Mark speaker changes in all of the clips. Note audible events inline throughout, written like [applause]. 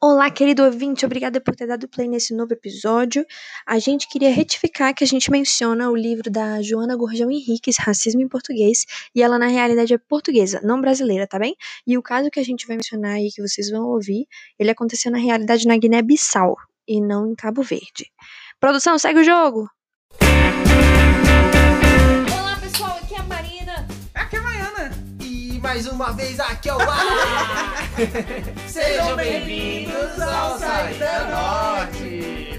Speaker 1: Olá, querido ouvinte, obrigada por ter dado play nesse novo episódio. A gente queria retificar que a gente menciona o livro da Joana Gorjão Henriques, Racismo em Português, e ela na realidade é portuguesa, não brasileira, tá bem? E o caso que a gente vai mencionar e que vocês vão ouvir, ele aconteceu na realidade na Guiné-Bissau e não em Cabo Verde. Produção, segue o jogo!
Speaker 2: Olá pessoal, aqui é a Marina.
Speaker 3: Aqui é a Maiana.
Speaker 4: E mais uma vez aqui é o Ar. [laughs] Sejam bem-vindos ao Saída Norte.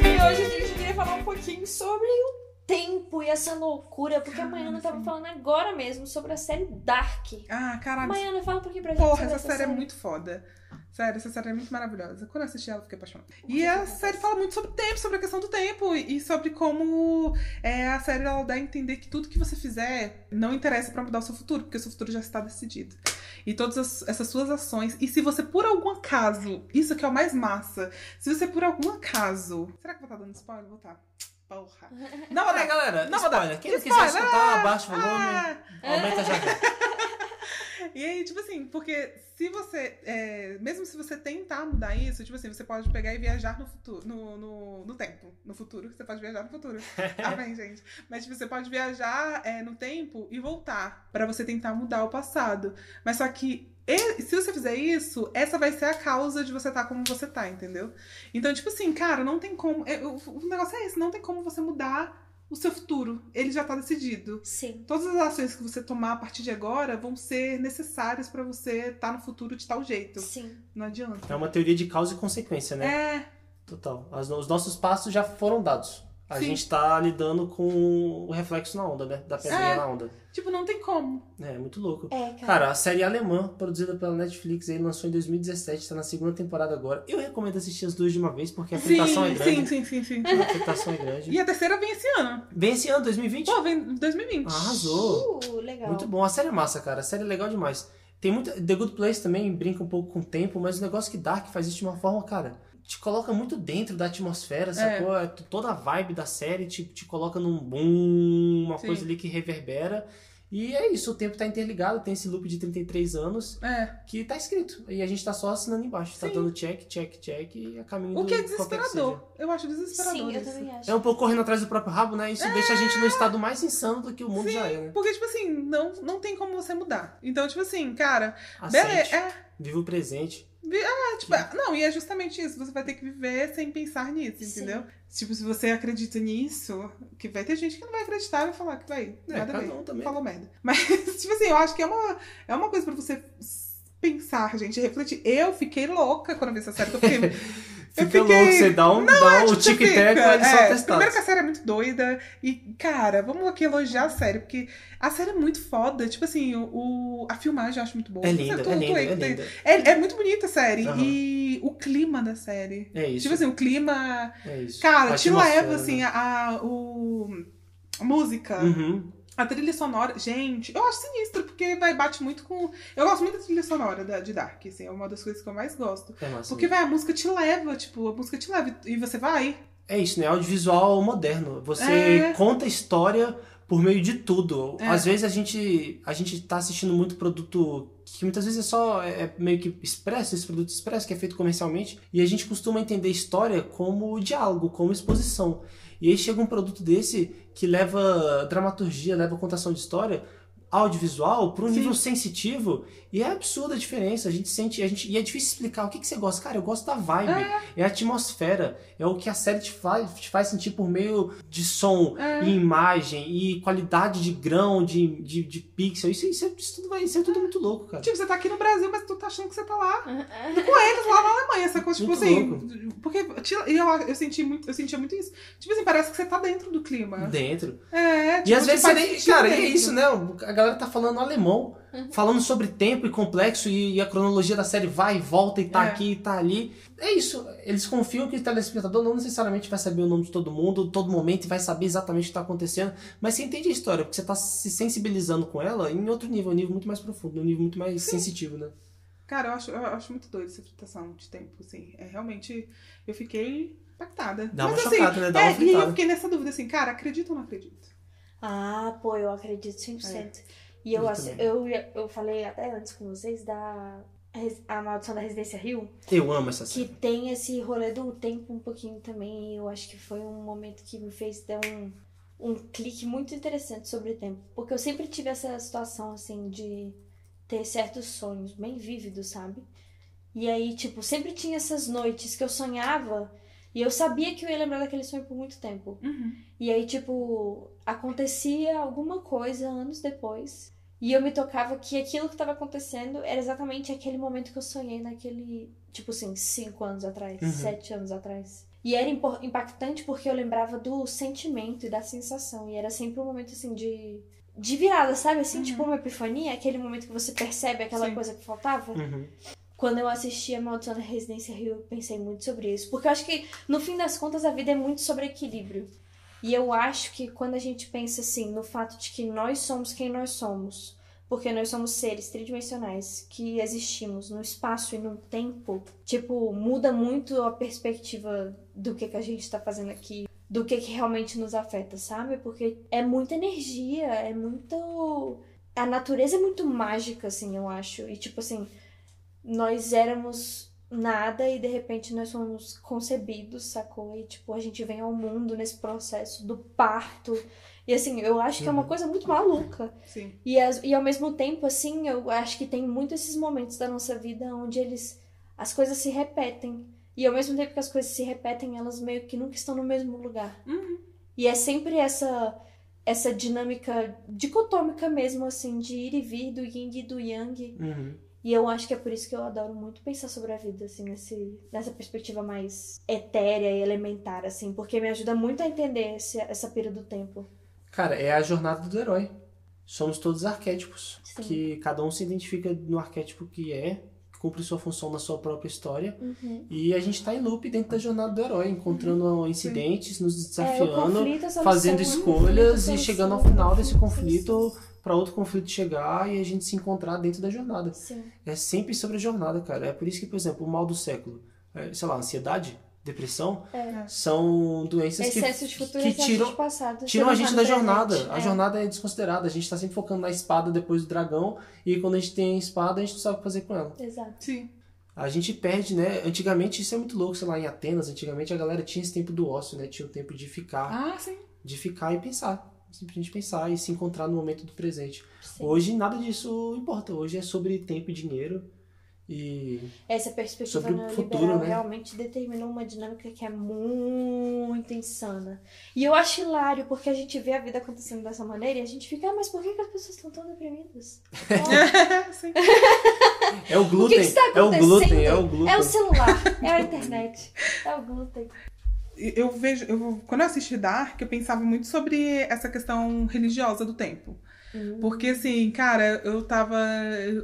Speaker 2: E hoje a gente queria falar um pouquinho sobre o tempo e essa loucura, porque a Maiana tava falando agora mesmo sobre a série Dark.
Speaker 3: Ah, caralho.
Speaker 2: Maiana, fala um pouquinho pra gente
Speaker 3: Porra,
Speaker 2: sobre
Speaker 3: essa série é muito foda. Sério, essa série é muito maravilhosa. Quando eu assisti ela, eu fiquei apaixonada. E a série fala muito sobre tempo, sobre a questão do tempo. E sobre como é, a série ela dá a entender que tudo que você fizer não interessa pra mudar o seu futuro, porque o seu futuro já está decidido. E todas as- essas suas ações. E se você, por algum acaso, isso que é o mais massa, se você, por algum acaso. Será que eu vou estar dando spoiler? Vou estar. Porra. Não,
Speaker 4: Olha,
Speaker 3: né,
Speaker 4: galera,
Speaker 3: Não,
Speaker 4: spoiler. Quem não quiser
Speaker 3: spoiler.
Speaker 4: escutar, abaixa o volume,
Speaker 3: Ah,
Speaker 4: aumenta já. já.
Speaker 3: E aí, tipo assim, porque se você. é, mesmo se você tentar mudar isso, tipo assim, você pode pegar e viajar no futuro. No, no, no tempo. No futuro. Você pode viajar no futuro. Amém, gente. Mas, tipo, você pode viajar é, no tempo e voltar pra você tentar mudar o passado. Mas só que. e- Se você fizer isso, essa vai ser a causa de você estar como você tá, entendeu? Então, tipo assim, cara, não tem como. é, o, o negócio é esse, não tem como você mudar o seu futuro. Ele já tá decidido.
Speaker 2: Sim.
Speaker 3: Todas as ações que você tomar a partir de agora vão ser necessárias pra você estar no futuro de tal jeito.
Speaker 2: Sim.
Speaker 3: Não adianta.
Speaker 4: É uma teoria de causa e consequência, né?
Speaker 3: É,
Speaker 4: Total. As- os nossos passos já foram dados. A
Speaker 3: Sim.
Speaker 4: gente tá lidando com o reflexo na onda, né? Da pedrinha
Speaker 3: É.
Speaker 4: na onda.
Speaker 3: tipo, não tem como.
Speaker 4: É, muito louco.
Speaker 2: É, cara.
Speaker 4: Cara, a série alemã, produzida pela Netflix, aí lançou em 2017, tá na segunda temporada agora. Eu recomendo assistir as duas de uma vez, porque a tentação é
Speaker 3: sim,
Speaker 4: grande.
Speaker 3: sim, sim, sim.
Speaker 4: A tentação é grande.
Speaker 3: E a terceira vem esse ano.
Speaker 4: Vem esse ano, 2020.
Speaker 3: Pô, vem em 2020.
Speaker 4: Ah, Arrasou.
Speaker 2: Uh, legal.
Speaker 4: Muito bom. A série é massa, cara. A série é legal demais. Tem muita. The Good Place também brinca um pouco com o tempo, mas o negócio é que Dark faz isso de uma forma, cara. Te coloca muito dentro da atmosfera, sacou? É t- Toda a vibe da série te, te coloca num boom, uma
Speaker 3: Sim.
Speaker 4: coisa ali que reverbera. E é isso, o tempo tá interligado, tem esse loop de 33 anos
Speaker 3: É.
Speaker 4: que tá escrito. E a gente tá só assinando embaixo. Tá
Speaker 3: Sim.
Speaker 4: dando check, check, check e a caminho
Speaker 3: O
Speaker 4: do
Speaker 3: que é
Speaker 4: qualquer
Speaker 3: desesperador.
Speaker 4: seja.
Speaker 3: eu acho desesperador.
Speaker 2: Sim, eu
Speaker 3: isso.
Speaker 2: também acho.
Speaker 4: É um pouco correndo atrás do próprio rabo, né?
Speaker 3: É.
Speaker 4: Isso deixa a gente no estado mais insano do que o mundo já é, né?
Speaker 3: Porque, tipo assim, não, não tem como você mudar. Então, tipo assim, cara,
Speaker 4: Aceite,
Speaker 3: beleza. É,
Speaker 4: vive o presente.
Speaker 3: é, tipo, é, não, e é justamente isso. Você vai ter que viver sem pensar nisso,
Speaker 2: Sim.
Speaker 3: entendeu? Tipo, se você acredita nisso, que vai ter gente que não vai acreditar e vai falar que vai.
Speaker 4: É,
Speaker 3: nada
Speaker 4: cada
Speaker 3: bem.
Speaker 4: um também.
Speaker 3: Falou merda. [laughs] Mas, tipo assim, eu acho que é uma, é uma coisa pra você pensar, gente, refletir. Eu fiquei louca quando eu vi essa série, que eu
Speaker 4: [laughs]
Speaker 3: fiquei. Eu
Speaker 4: Fica
Speaker 3: fiquei-
Speaker 4: louco, você dá um, dá um
Speaker 3: Tipo, você
Speaker 4: tic-tac
Speaker 3: fica,
Speaker 4: mas ele só
Speaker 3: é,
Speaker 4: testado.
Speaker 3: Primeiro que a série é muito doida. E, cara, vamos aqui elogiar a série, porque a série é muito foda. Tipo assim, o, o- a filmagem eu acho muito boa.
Speaker 4: É
Speaker 3: Não sei,
Speaker 4: linda,
Speaker 3: tu-
Speaker 4: é
Speaker 3: tu
Speaker 4: linda,
Speaker 3: aí,
Speaker 4: é
Speaker 3: tu aí.
Speaker 4: linda.
Speaker 3: É- é muito bonita a série.
Speaker 4: Aham.
Speaker 3: E o clima da série.
Speaker 4: É isso,
Speaker 3: Tipo assim, o clima
Speaker 4: é isso.
Speaker 3: Cara,
Speaker 4: A
Speaker 3: te
Speaker 4: atmosfera,
Speaker 3: leva, assim,
Speaker 4: né?
Speaker 3: a, a- o, a música,
Speaker 4: Uhum.
Speaker 3: a trilha sonora. Gente, eu acho sinistro, porque vai, bate muito com. Eu gosto muito da trilha sonora da, de Dark, assim, é uma das coisas que eu mais gosto.
Speaker 4: É massa.
Speaker 3: Porque,
Speaker 4: mesmo.
Speaker 3: vai, a música te leva, tipo, a música te leva e você vai.
Speaker 4: É isso, né? Audiovisual moderno. Você
Speaker 3: É.
Speaker 4: conta história por meio de tudo.
Speaker 3: É.
Speaker 4: Às vezes a gente, a gente tá assistindo muito produto que muitas vezes é só é meio que expresso, esse produto expresso que é feito comercialmente, e a gente costuma entender história como diálogo, como exposição. E aí chega um produto desse que leva dramaturgia, leva contação de história audiovisual para um
Speaker 3: Sim.
Speaker 4: nível sensitivo e é absurda a diferença. A gente sente, a gente, e é difícil explicar o que, que você gosta. Cara, eu gosto da vibe, é, a atmosfera, é o que a série te faz, te faz sentir por meio de som
Speaker 3: É.
Speaker 4: e imagem e qualidade de grão, de, de, de pixel. Isso, isso, é- isso tudo vai, isso é tudo muito louco, cara.
Speaker 3: Tipo, você tá aqui no Brasil, mas tu tá achando que você tá lá
Speaker 2: Ah,
Speaker 3: com eles lá na Alemanha, essa coisa, tipo
Speaker 4: Muito
Speaker 3: assim. Porque te- e eu, eu, senti muito, eu sentia muito isso. Tipo assim, parece que você tá dentro do clima.
Speaker 4: Dentro.
Speaker 3: É,
Speaker 4: E
Speaker 3: tipo,
Speaker 4: às
Speaker 3: te
Speaker 4: vezes você
Speaker 3: faz
Speaker 4: nem.
Speaker 3: sentir
Speaker 4: Cara, e é
Speaker 3: dentro.
Speaker 4: isso, né? A galera tá falando alemão, falando sobre tempo e complexo, e, e a cronologia da série vai e volta, e tá
Speaker 3: É.
Speaker 4: aqui e tá ali. É isso. Eles confiam que o telespectador não necessariamente vai saber o nome de todo mundo, todo momento, e vai saber exatamente o que tá acontecendo. Mas você entende a história, porque você tá se sensibilizando com ela em outro nível, um nível muito mais profundo, um nível muito mais sensitivo, né?
Speaker 3: Cara, eu acho, eu acho muito doido essa fritação de tempo, assim. É realmente. Eu fiquei impactada.
Speaker 4: Dá uma
Speaker 3: Mas assim,
Speaker 4: chocada, né? Dá uma
Speaker 3: é, e aí eu
Speaker 4: fritada.
Speaker 3: fiquei nessa dúvida assim, cara, acredito ou não acredito?
Speaker 2: Ah, pô,
Speaker 3: É.
Speaker 2: eu acredito 100%. E eu,
Speaker 4: Eu
Speaker 2: assi-
Speaker 4: também.
Speaker 2: eu, eu falei até antes com vocês da Res- A Maldição da Residência Rio,
Speaker 4: Eu amo essa
Speaker 2: que
Speaker 4: série.
Speaker 2: tem esse rolê do tempo um pouquinho também. E eu acho que foi um momento que me fez dar um, um clique muito interessante sobre o tempo. Porque eu sempre tive essa situação, assim, de ter certos sonhos bem vívidos, sabe? E aí, tipo, sempre tinha essas noites que eu sonhava e eu sabia que eu ia lembrar daquele sonho por muito tempo.
Speaker 3: Uhum.
Speaker 2: E aí, tipo, acontecia alguma coisa anos depois. E eu me tocava que aquilo que tava acontecendo era exatamente aquele momento que eu sonhei naquele, tipo assim, cinco anos atrás,
Speaker 4: Uhum.
Speaker 2: sete anos atrás. E era impo- impactante porque eu lembrava do sentimento e da sensação. E era sempre um momento assim de. De virada, sabe? Assim,
Speaker 3: Uhum.
Speaker 2: tipo uma epifania, aquele momento que você percebe aquela
Speaker 3: Sim.
Speaker 2: coisa que faltava.
Speaker 4: Uhum.
Speaker 2: Quando eu assisti a Maldição da Residência Rio, eu pensei muito sobre isso. Porque eu acho que, no fim das contas, a vida é muito sobre equilíbrio. E eu acho que quando a gente pensa assim, no fato de que nós somos quem nós somos, porque nós somos seres tridimensionais que existimos no espaço e no tempo, tipo, muda muito a perspectiva do que, que a gente tá fazendo aqui, do que, que realmente nos afeta, sabe? Porque é muita energia, é muito. A natureza é muito mágica, assim, eu acho. E, tipo assim, nós éramos nada e de repente nós fomos concebidos, sacou? E tipo, a gente vem ao mundo nesse processo do parto. E assim, eu acho que é uma
Speaker 4: Uhum.
Speaker 2: coisa muito maluca.
Speaker 3: Sim.
Speaker 2: E, as- e ao mesmo tempo, assim, eu acho que tem muito esses momentos da nossa vida onde eles. as coisas se repetem. E ao mesmo tempo que as coisas se repetem, elas meio que nunca estão no mesmo lugar.
Speaker 3: Uhum.
Speaker 2: E é sempre essa essa dinâmica dicotômica mesmo, assim, de ir e vir, do yin e do yang.
Speaker 4: Uhum.
Speaker 2: E eu acho que é por isso que eu adoro muito pensar sobre a vida, assim, nesse, nessa perspectiva mais etérea e elementar, assim, porque me ajuda muito a entender esse, essa pira do tempo.
Speaker 4: Cara, é a jornada do herói. Somos todos arquétipos.
Speaker 2: Sim.
Speaker 4: Que cada um se identifica no arquétipo que é, cumpre sua função na sua própria história. E a gente tá em loop dentro da jornada do herói, encontrando incidentes, nos
Speaker 2: Uhum. É, o
Speaker 4: desafiando,
Speaker 2: conflito, é a solução,
Speaker 4: fazendo
Speaker 2: o
Speaker 4: escolhas
Speaker 2: conflito,
Speaker 4: e
Speaker 2: a
Speaker 4: chegando ao
Speaker 2: solução,
Speaker 4: final desse
Speaker 2: sim,
Speaker 4: conflito para outro conflito chegar e a gente se encontrar dentro da jornada.
Speaker 2: Sim.
Speaker 4: É sempre sobre a jornada, cara. É por isso que, por exemplo, o mal do século, é, sei lá, ansiedade, depressão,
Speaker 2: É.
Speaker 4: são doenças que,
Speaker 2: Excesso de futuro
Speaker 4: que
Speaker 2: excesso
Speaker 4: tiram,
Speaker 2: de passado.
Speaker 4: tiram a gente da jornada. A
Speaker 2: É.
Speaker 4: jornada é desconsiderada. A gente tá sempre focando na espada depois do dragão e quando a gente tem a espada, a gente não sabe o que fazer com ela.
Speaker 2: Exato.
Speaker 3: Sim.
Speaker 4: A gente perde, né? Antigamente isso é muito louco, sei lá, em Atenas, antigamente a galera tinha esse tempo do ócio, né? Tinha o tempo de ficar,
Speaker 3: Ah, sim.
Speaker 4: de ficar e pensar. Simplesmente pensar e se encontrar no momento do presente.
Speaker 2: Sim.
Speaker 4: Hoje nada disso importa. Hoje é sobre tempo e dinheiro. E
Speaker 2: Essa perspectiva
Speaker 4: Sobre o
Speaker 2: neoliberal
Speaker 4: futuro, né?
Speaker 2: realmente determinou uma dinâmica que é muito insana. E eu acho hilário, porque a gente vê a vida acontecendo dessa maneira e a gente fica, ah, mas por que, que as pessoas estão tão
Speaker 4: [laughs]
Speaker 2: deprimidas? Ó,
Speaker 3: [laughs] sim.
Speaker 4: é o glúten.
Speaker 2: está
Speaker 4: é o glúten,
Speaker 2: acontecendo?
Speaker 4: é o glúten.
Speaker 2: é o celular, é a internet, é o glúten.
Speaker 3: E Eu vejo, eu, quando eu assisti Dark, eu pensava muito sobre essa questão religiosa do tempo. Porque, assim, cara, eu tava.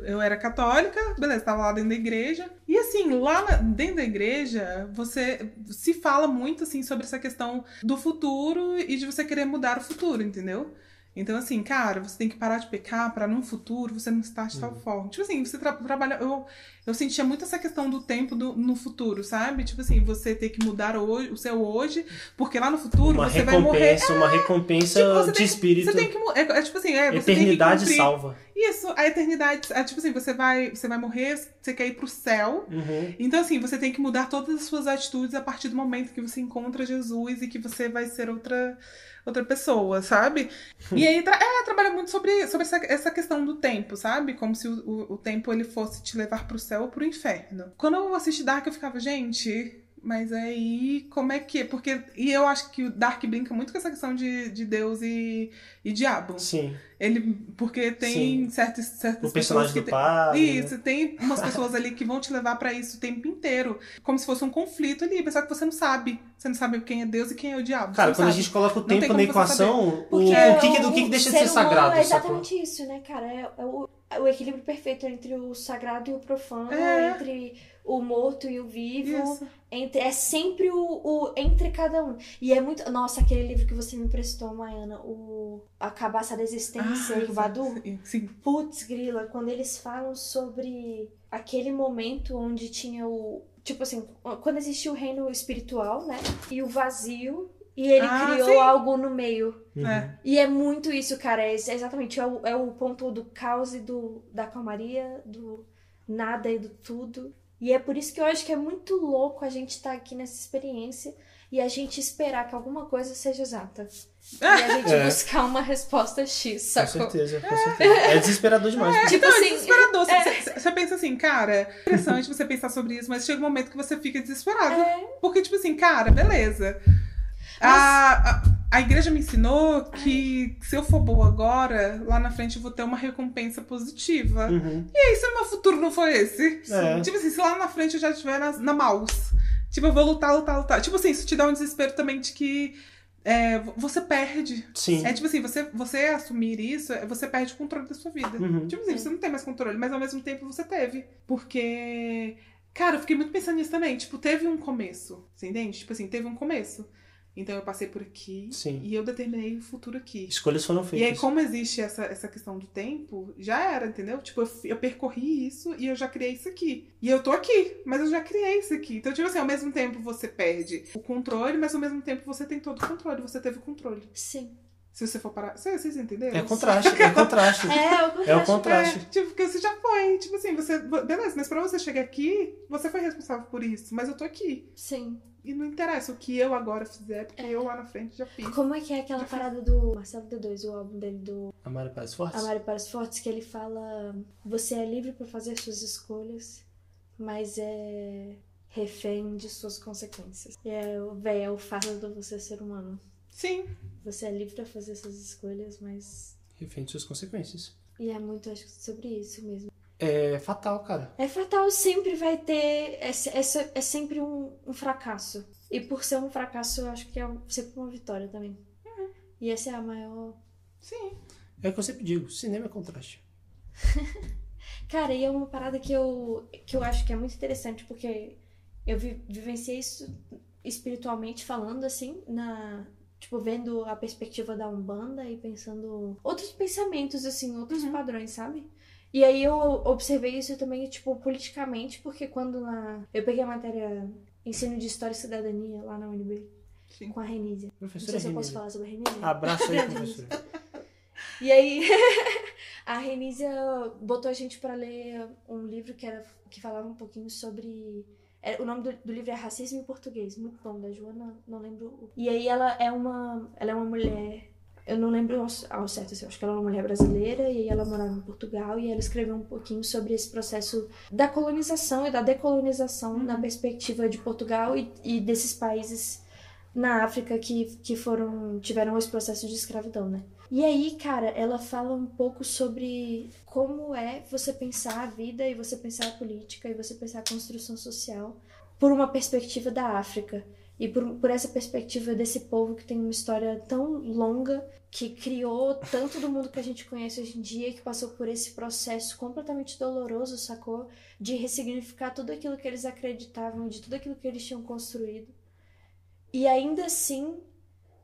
Speaker 3: Eu era católica, beleza, tava lá dentro da igreja. E, assim, lá na- dentro da igreja, você se fala muito, assim, sobre essa questão do futuro e de você querer mudar o futuro, entendeu? Então, assim, cara, você tem que parar de pecar para num futuro você não estar de tal
Speaker 4: Uhum.
Speaker 3: forma. Tipo assim, você tra trabalha. Eu, eu sentia muito essa questão do tempo do- no futuro, sabe? Tipo assim, você ter que mudar hoje, o seu hoje, porque lá no futuro
Speaker 4: uma
Speaker 3: você vai morrer.
Speaker 4: recompensa, uma recompensa
Speaker 3: Tipo, você
Speaker 4: de
Speaker 3: tem-
Speaker 4: espírito.
Speaker 3: Você tem que. mu- É, é tipo assim, é, você
Speaker 4: Eternidade
Speaker 3: tem que cumprir-
Speaker 4: salva.
Speaker 3: isso, a eternidade, é tipo assim, você vai, você vai morrer, você quer ir pro céu.
Speaker 4: Uhum.
Speaker 3: Então assim, você tem que mudar todas as suas atitudes a partir do momento que você encontra Jesus e que você vai ser outra outra pessoa, sabe? E aí tra é, trabalha muito sobre, sobre essa, essa questão do tempo, sabe? Como se o, o, o tempo ele fosse te levar pro céu ou pro inferno. Quando eu assisti Dark, eu ficava, gente, mas aí como é que é? Porque e eu acho que o Dark brinca muito com essa questão de, de Deus e, e diabo.
Speaker 4: Sim.
Speaker 3: Ele, porque tem
Speaker 4: Sim.
Speaker 3: certas, certas
Speaker 4: O personagem do
Speaker 3: pessoas
Speaker 4: né?
Speaker 3: que
Speaker 4: pai.
Speaker 3: tem, isso, tem umas pessoas ali que vão te levar pra isso o tempo inteiro, como se fosse um conflito ali, mas só que você não sabe, você não sabe quem é Deus e quem é o diabo.
Speaker 4: Cara,
Speaker 3: você não
Speaker 4: quando a
Speaker 3: sabe.
Speaker 4: gente coloca o
Speaker 3: tem
Speaker 4: tempo
Speaker 3: como
Speaker 4: na
Speaker 3: você
Speaker 4: equação, o,
Speaker 2: Porque
Speaker 4: o que, que- do que,
Speaker 2: o
Speaker 4: que deixa de
Speaker 2: ser
Speaker 4: ser
Speaker 2: humano
Speaker 4: sagrado?
Speaker 2: É
Speaker 4: sacou?
Speaker 2: exatamente isso, né, cara? É, é o, é o equilíbrio perfeito entre o sagrado e o profano,
Speaker 3: É.
Speaker 2: entre o morto e o vivo.
Speaker 3: Isso.
Speaker 2: Entre- é sempre o, o entre cada um. E é muito. Nossa, aquele livro que você me emprestou, Maiana, o A Cabaça da Existência
Speaker 3: Ah,
Speaker 2: e o Badu.
Speaker 3: Sim, Sim.
Speaker 2: Putz, grila, quando eles falam sobre aquele momento onde tinha o. Tipo assim, quando existia o reino espiritual, né? E o vazio. E ele
Speaker 3: Ah,
Speaker 2: criou
Speaker 3: sim.
Speaker 2: algo no meio.
Speaker 4: Uhum.
Speaker 3: É.
Speaker 2: E é muito isso, cara. É ex- exatamente. É o, é o ponto do caos e do, da calmaria, do nada e do tudo. E é por isso que eu acho que é muito louco a gente estar aqui nessa experiência e a gente esperar que alguma coisa seja exata. E a gente
Speaker 4: É.
Speaker 2: buscar uma resposta X,
Speaker 4: Com
Speaker 2: sacou?
Speaker 4: certeza, com certeza. É desesperador demais. porque-
Speaker 2: Tipo
Speaker 3: Não, é
Speaker 2: assim,
Speaker 3: desesperador. Você- Você, você pensa assim, cara, interessante você pensar sobre isso, mas chega um momento que você fica desesperado.
Speaker 2: É,
Speaker 3: Porque, tipo assim, cara, beleza. A, a, a igreja me ensinou que se eu for boa agora, lá na frente eu vou ter uma recompensa positiva.
Speaker 4: Uhum.
Speaker 3: E aí, se o é meu futuro não for esse?
Speaker 4: É.
Speaker 3: Tipo assim, se lá na frente eu já estiver na, na mouse. Tipo, eu vou lutar, lutar, lutar. Tipo assim, isso te dá um desespero também de que é, vo- você perde.
Speaker 4: Sim.
Speaker 3: É tipo assim, você, você assumir isso, é- você perde o controle da sua vida.
Speaker 4: Uhum.
Speaker 3: Tipo assim,
Speaker 2: Sim.
Speaker 3: você não tem mais controle, mas ao mesmo tempo você teve. Porque. Cara, eu fiquei muito pensando nisso também. Tipo, teve um começo. Você entende? Tipo assim, teve um começo. Então eu passei por aqui
Speaker 4: Sim.
Speaker 3: e eu determinei o futuro aqui.
Speaker 4: Escolhas foram
Speaker 3: E aí,
Speaker 4: feitas.
Speaker 3: como existe essa, essa questão do tempo, já era, entendeu? Tipo, eu, fi- eu percorri isso e eu já criei isso aqui. E eu tô aqui, mas eu já criei isso aqui. Então, tipo assim, ao mesmo tempo você perde o controle, mas ao mesmo tempo você tem todo o controle, você teve o controle.
Speaker 2: sim.
Speaker 3: Se você for parar. Vocês vocês entenderam?
Speaker 4: É contraste, é contraste.
Speaker 2: É, o
Speaker 4: É
Speaker 2: contraste.
Speaker 4: o contraste.
Speaker 3: É, tipo, porque você já foi. Tipo assim, você. Beleza, mas pra você chegar aqui, você foi responsável por isso, mas eu tô aqui.
Speaker 2: Sim.
Speaker 3: E não interessa o que eu agora fizer, porque eu lá na frente já fiz.
Speaker 2: Como é que é aquela parada do Marcelo D2, o álbum dele do
Speaker 4: Amar e paz fortes?
Speaker 2: Amar para os fortes, que ele fala: você é livre para fazer suas escolhas, mas é refém de suas consequências. E é, o- véi, é o fato de você ser humano.
Speaker 3: Sim.
Speaker 2: Você é livre para fazer suas escolhas, mas
Speaker 4: Refém de suas consequências.
Speaker 2: e é muito acho que sobre isso mesmo.
Speaker 4: É fatal, cara.
Speaker 2: É fatal, sempre vai ter. É, se- é, se- é sempre um, um fracasso. E por ser um fracasso, eu acho que é um- sempre uma vitória também. E essa é a maior
Speaker 3: Sim.
Speaker 4: É o que eu sempre digo, cinema é contraste.
Speaker 2: Cara, e é uma parada que eu, que eu acho que é muito interessante, porque eu vi- vivenciei isso espiritualmente falando, assim, na. Tipo, vendo a perspectiva da Umbanda e pensando outros pensamentos, assim, outros padrões, sabe? E aí eu observei isso também, tipo, politicamente, porque quando na. Eu peguei a matéria Ensino de História e Cidadania lá na UNB
Speaker 3: Sim.
Speaker 2: com a Renízia. Não
Speaker 4: Professora
Speaker 2: sei se eu posso
Speaker 4: Renilda.
Speaker 2: falar sobre a Renízia.
Speaker 4: Abraço aí, professora.
Speaker 2: E aí, a Renízia botou a gente pra ler um livro que, era, que falava um pouquinho sobre. é, O nome do, do livro é Racismo em Português, muito bom, da Joana, não lembro. o- E aí ela é uma, ela é uma mulher, eu não lembro ao, ao certo, assim, eu acho que ela é uma mulher brasileira, e aí ela morava em Portugal, e ela escreveu um pouquinho sobre esse processo da colonização e da decolonização na perspectiva de Portugal e, e desses países na África que, que foram, tiveram esse processo de escravidão, né? E aí, cara, ela fala um pouco sobre como é você pensar a vida e você pensar a política e você pensar a construção social por uma perspectiva da África e por, por essa perspectiva desse povo que tem uma história tão longa, que criou tanto do mundo que a gente conhece hoje em dia, que passou por esse processo completamente doloroso, sacou? De ressignificar tudo aquilo que eles acreditavam, de tudo aquilo que eles tinham construído. E ainda assim,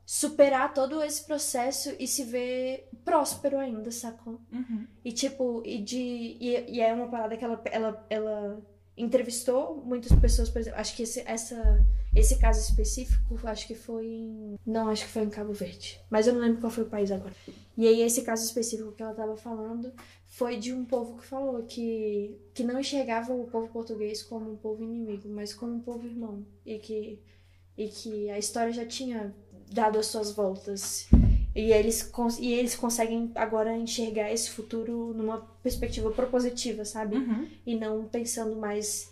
Speaker 2: superar todo esse processo e se ver próspero ainda, sacou?
Speaker 3: Uhum.
Speaker 2: E tipo, e de. E, e é uma parada que ela, ela, ela entrevistou muitas pessoas, por exemplo. Acho que esse, essa, esse caso específico, acho que foi em. Não, acho que foi em Cabo Verde. Mas eu não lembro qual foi o país agora. E aí, esse caso específico que ela tava falando foi de um povo que falou que, que não enxergava o povo português como um povo inimigo, mas como um povo irmão. E que, e que a história já tinha dado as suas voltas. E eles, cons- e eles conseguem agora enxergar esse futuro numa perspectiva propositiva, sabe?
Speaker 3: Uhum.
Speaker 2: E não pensando mais,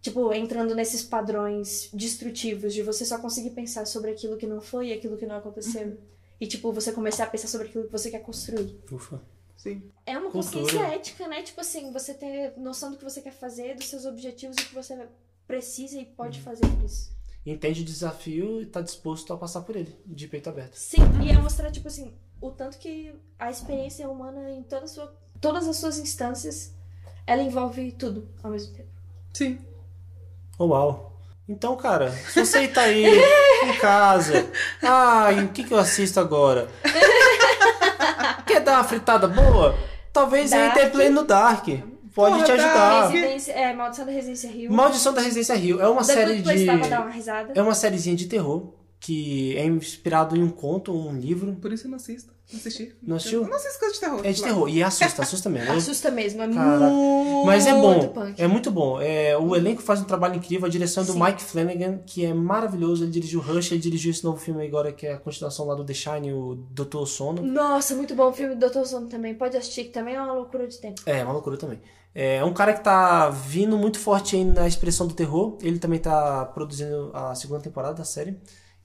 Speaker 2: tipo, entrando nesses padrões destrutivos de você só conseguir pensar sobre aquilo que não foi e aquilo que não aconteceu. E, tipo, você começar a pensar sobre aquilo que você quer construir.
Speaker 4: Ufa.
Speaker 3: Sim.
Speaker 2: É uma
Speaker 4: Cultura.
Speaker 2: consciência ética, né? Tipo assim, você ter noção do que você quer fazer, dos seus objetivos e o que você precisa e pode fazer por isso.
Speaker 4: Entende o desafio e tá disposto a passar por ele, de peito aberto.
Speaker 2: Sim, e é mostrar, tipo assim, o tanto que a experiência humana em toda a sua- todas as suas instâncias, ela envolve tudo ao mesmo tempo.
Speaker 3: Sim.
Speaker 4: Oh, uau. Então, cara, se você tá aí em casa, ah, e o que, que eu assisto agora? Quer dar uma fritada boa? Talvez aí
Speaker 2: Dark.
Speaker 4: ter play no Dark. Pode
Speaker 3: Porra,
Speaker 4: te ajudar.
Speaker 3: Dark.
Speaker 2: Residência, é, Maldição da Residência Rio.
Speaker 4: Maldição da Residência Rio é uma
Speaker 2: The
Speaker 4: série
Speaker 2: Good Place dá pra dar
Speaker 4: de.
Speaker 2: uma risada.
Speaker 4: É uma sériezinha de terror que é inspirado em um conto, um livro.
Speaker 3: Por isso eu não assisto. Não assisti.
Speaker 4: Não assistiu?
Speaker 3: Eu não assisto coisa de terror.
Speaker 4: É de terror e assusta, assusta mesmo. Eu-
Speaker 2: Assusta mesmo, é
Speaker 4: Caraca.
Speaker 2: muito
Speaker 4: Mas é bom,
Speaker 2: punk.
Speaker 4: é muito bom. É, o elenco faz um trabalho incrível, a direção é do
Speaker 2: Sim.
Speaker 4: Mike Flanagan, que é maravilhoso. Ele dirigiu Rush, ele dirigiu esse novo filme agora, que é a continuação lá do The Shine, o Doutor Sono.
Speaker 2: Nossa, muito bom o filme do Dr. Sono também. Pode assistir, que também é uma loucura de tempo.
Speaker 4: É, é uma loucura também. É um cara que tá vindo muito forte aí na expressão do terror. Ele também tá produzindo a segunda temporada da série.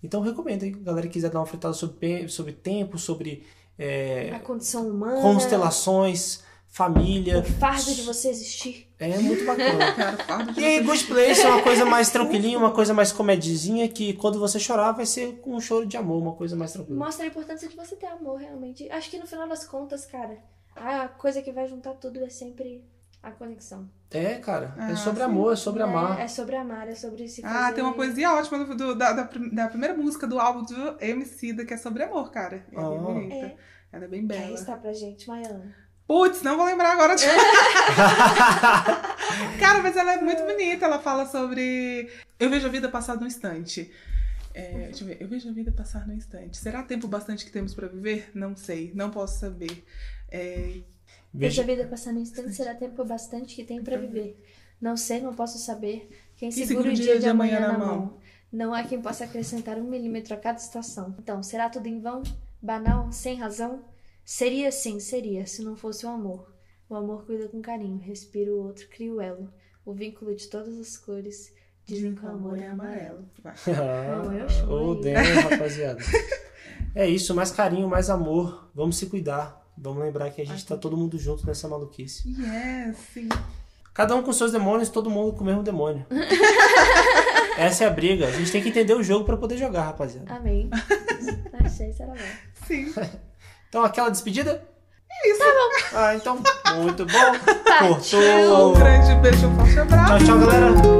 Speaker 4: Então recomendo aí, galera que quiser dar uma fritada sobre, pe- sobre tempo, sobre é,
Speaker 2: A condição humana.
Speaker 4: constelações,
Speaker 2: O
Speaker 4: família.
Speaker 2: fardo de você existir.
Speaker 4: É muito bacana.
Speaker 3: Cara, fardo
Speaker 4: [laughs]
Speaker 3: de
Speaker 4: E aí, Good Place é uma coisa mais tranquilinha, uma coisa mais comedizinha, que quando você chorar vai ser um choro de amor, uma coisa mais tranquila.
Speaker 2: Mostra a importância de você ter amor, realmente. Acho que no final das contas, cara, a coisa que vai juntar tudo é sempre a conexão.
Speaker 4: É, cara, é
Speaker 3: Ah,
Speaker 4: sobre
Speaker 3: sim.
Speaker 4: amor, é sobre
Speaker 2: É-
Speaker 4: amar.
Speaker 2: É, sobre amar, é sobre se
Speaker 3: Ah,
Speaker 2: fazer-
Speaker 3: tem uma poesia ótima do- do- da, da prim- da primeira música do álbum do MC da que é sobre amor, cara. É
Speaker 4: Ah.
Speaker 3: bem bonita.
Speaker 2: É,
Speaker 3: Ela é bem
Speaker 2: é
Speaker 3: bela.
Speaker 2: está pra gente, Maiana.
Speaker 3: Putz, não vou lembrar agora de.
Speaker 2: [laughs]
Speaker 3: [laughs] Cara, mas ela é muito bonita. Ela fala sobre. Eu vejo a vida passar num instante. É, deixa eu ver. Eu vejo a vida passar num instante. Será tempo bastante que temos pra viver? Não sei. Não posso saber. É,
Speaker 2: Deixa a
Speaker 4: Veja,
Speaker 2: vida passar no instante, será tempo bastante que tem pra viver. Não sei, não posso saber. Quem
Speaker 3: Quem
Speaker 2: segura o dia de amanhã na
Speaker 3: mão?
Speaker 2: mão. Não há quem possa acrescentar um milímetro a cada estação. Então, será tudo em vão? Banal? Sem razão? Seria sim, seria, se não fosse o amor. O amor cuida com carinho, respira o outro, cria o elo. O vínculo de todas as cores, dizem que o amor é amarelo.
Speaker 3: Vai.
Speaker 4: [laughs]
Speaker 2: Não, eu choro
Speaker 4: Ô,
Speaker 2: aí.
Speaker 4: Deus, rapaziada. É isso, mais carinho, mais amor. Vamos se cuidar. Vamos lembrar que a gente tá todo mundo junto nessa maluquice.
Speaker 3: Yes, sim.
Speaker 4: Cada um com seus demônios, todo mundo com o
Speaker 2: [laughs]
Speaker 4: mesmo demônio. Essa é a briga. A gente tem que entender o jogo pra poder jogar,
Speaker 2: [laughs]
Speaker 4: rapaziada.
Speaker 2: Amém. Achei, será bom.
Speaker 3: Sim.
Speaker 4: Então, aquela despedida? É isso. Ah, então, muito bom.
Speaker 2: Tá,
Speaker 4: Cortou.
Speaker 3: Um grande beijo, um forte abraço.
Speaker 4: Tchau, tchau, galera.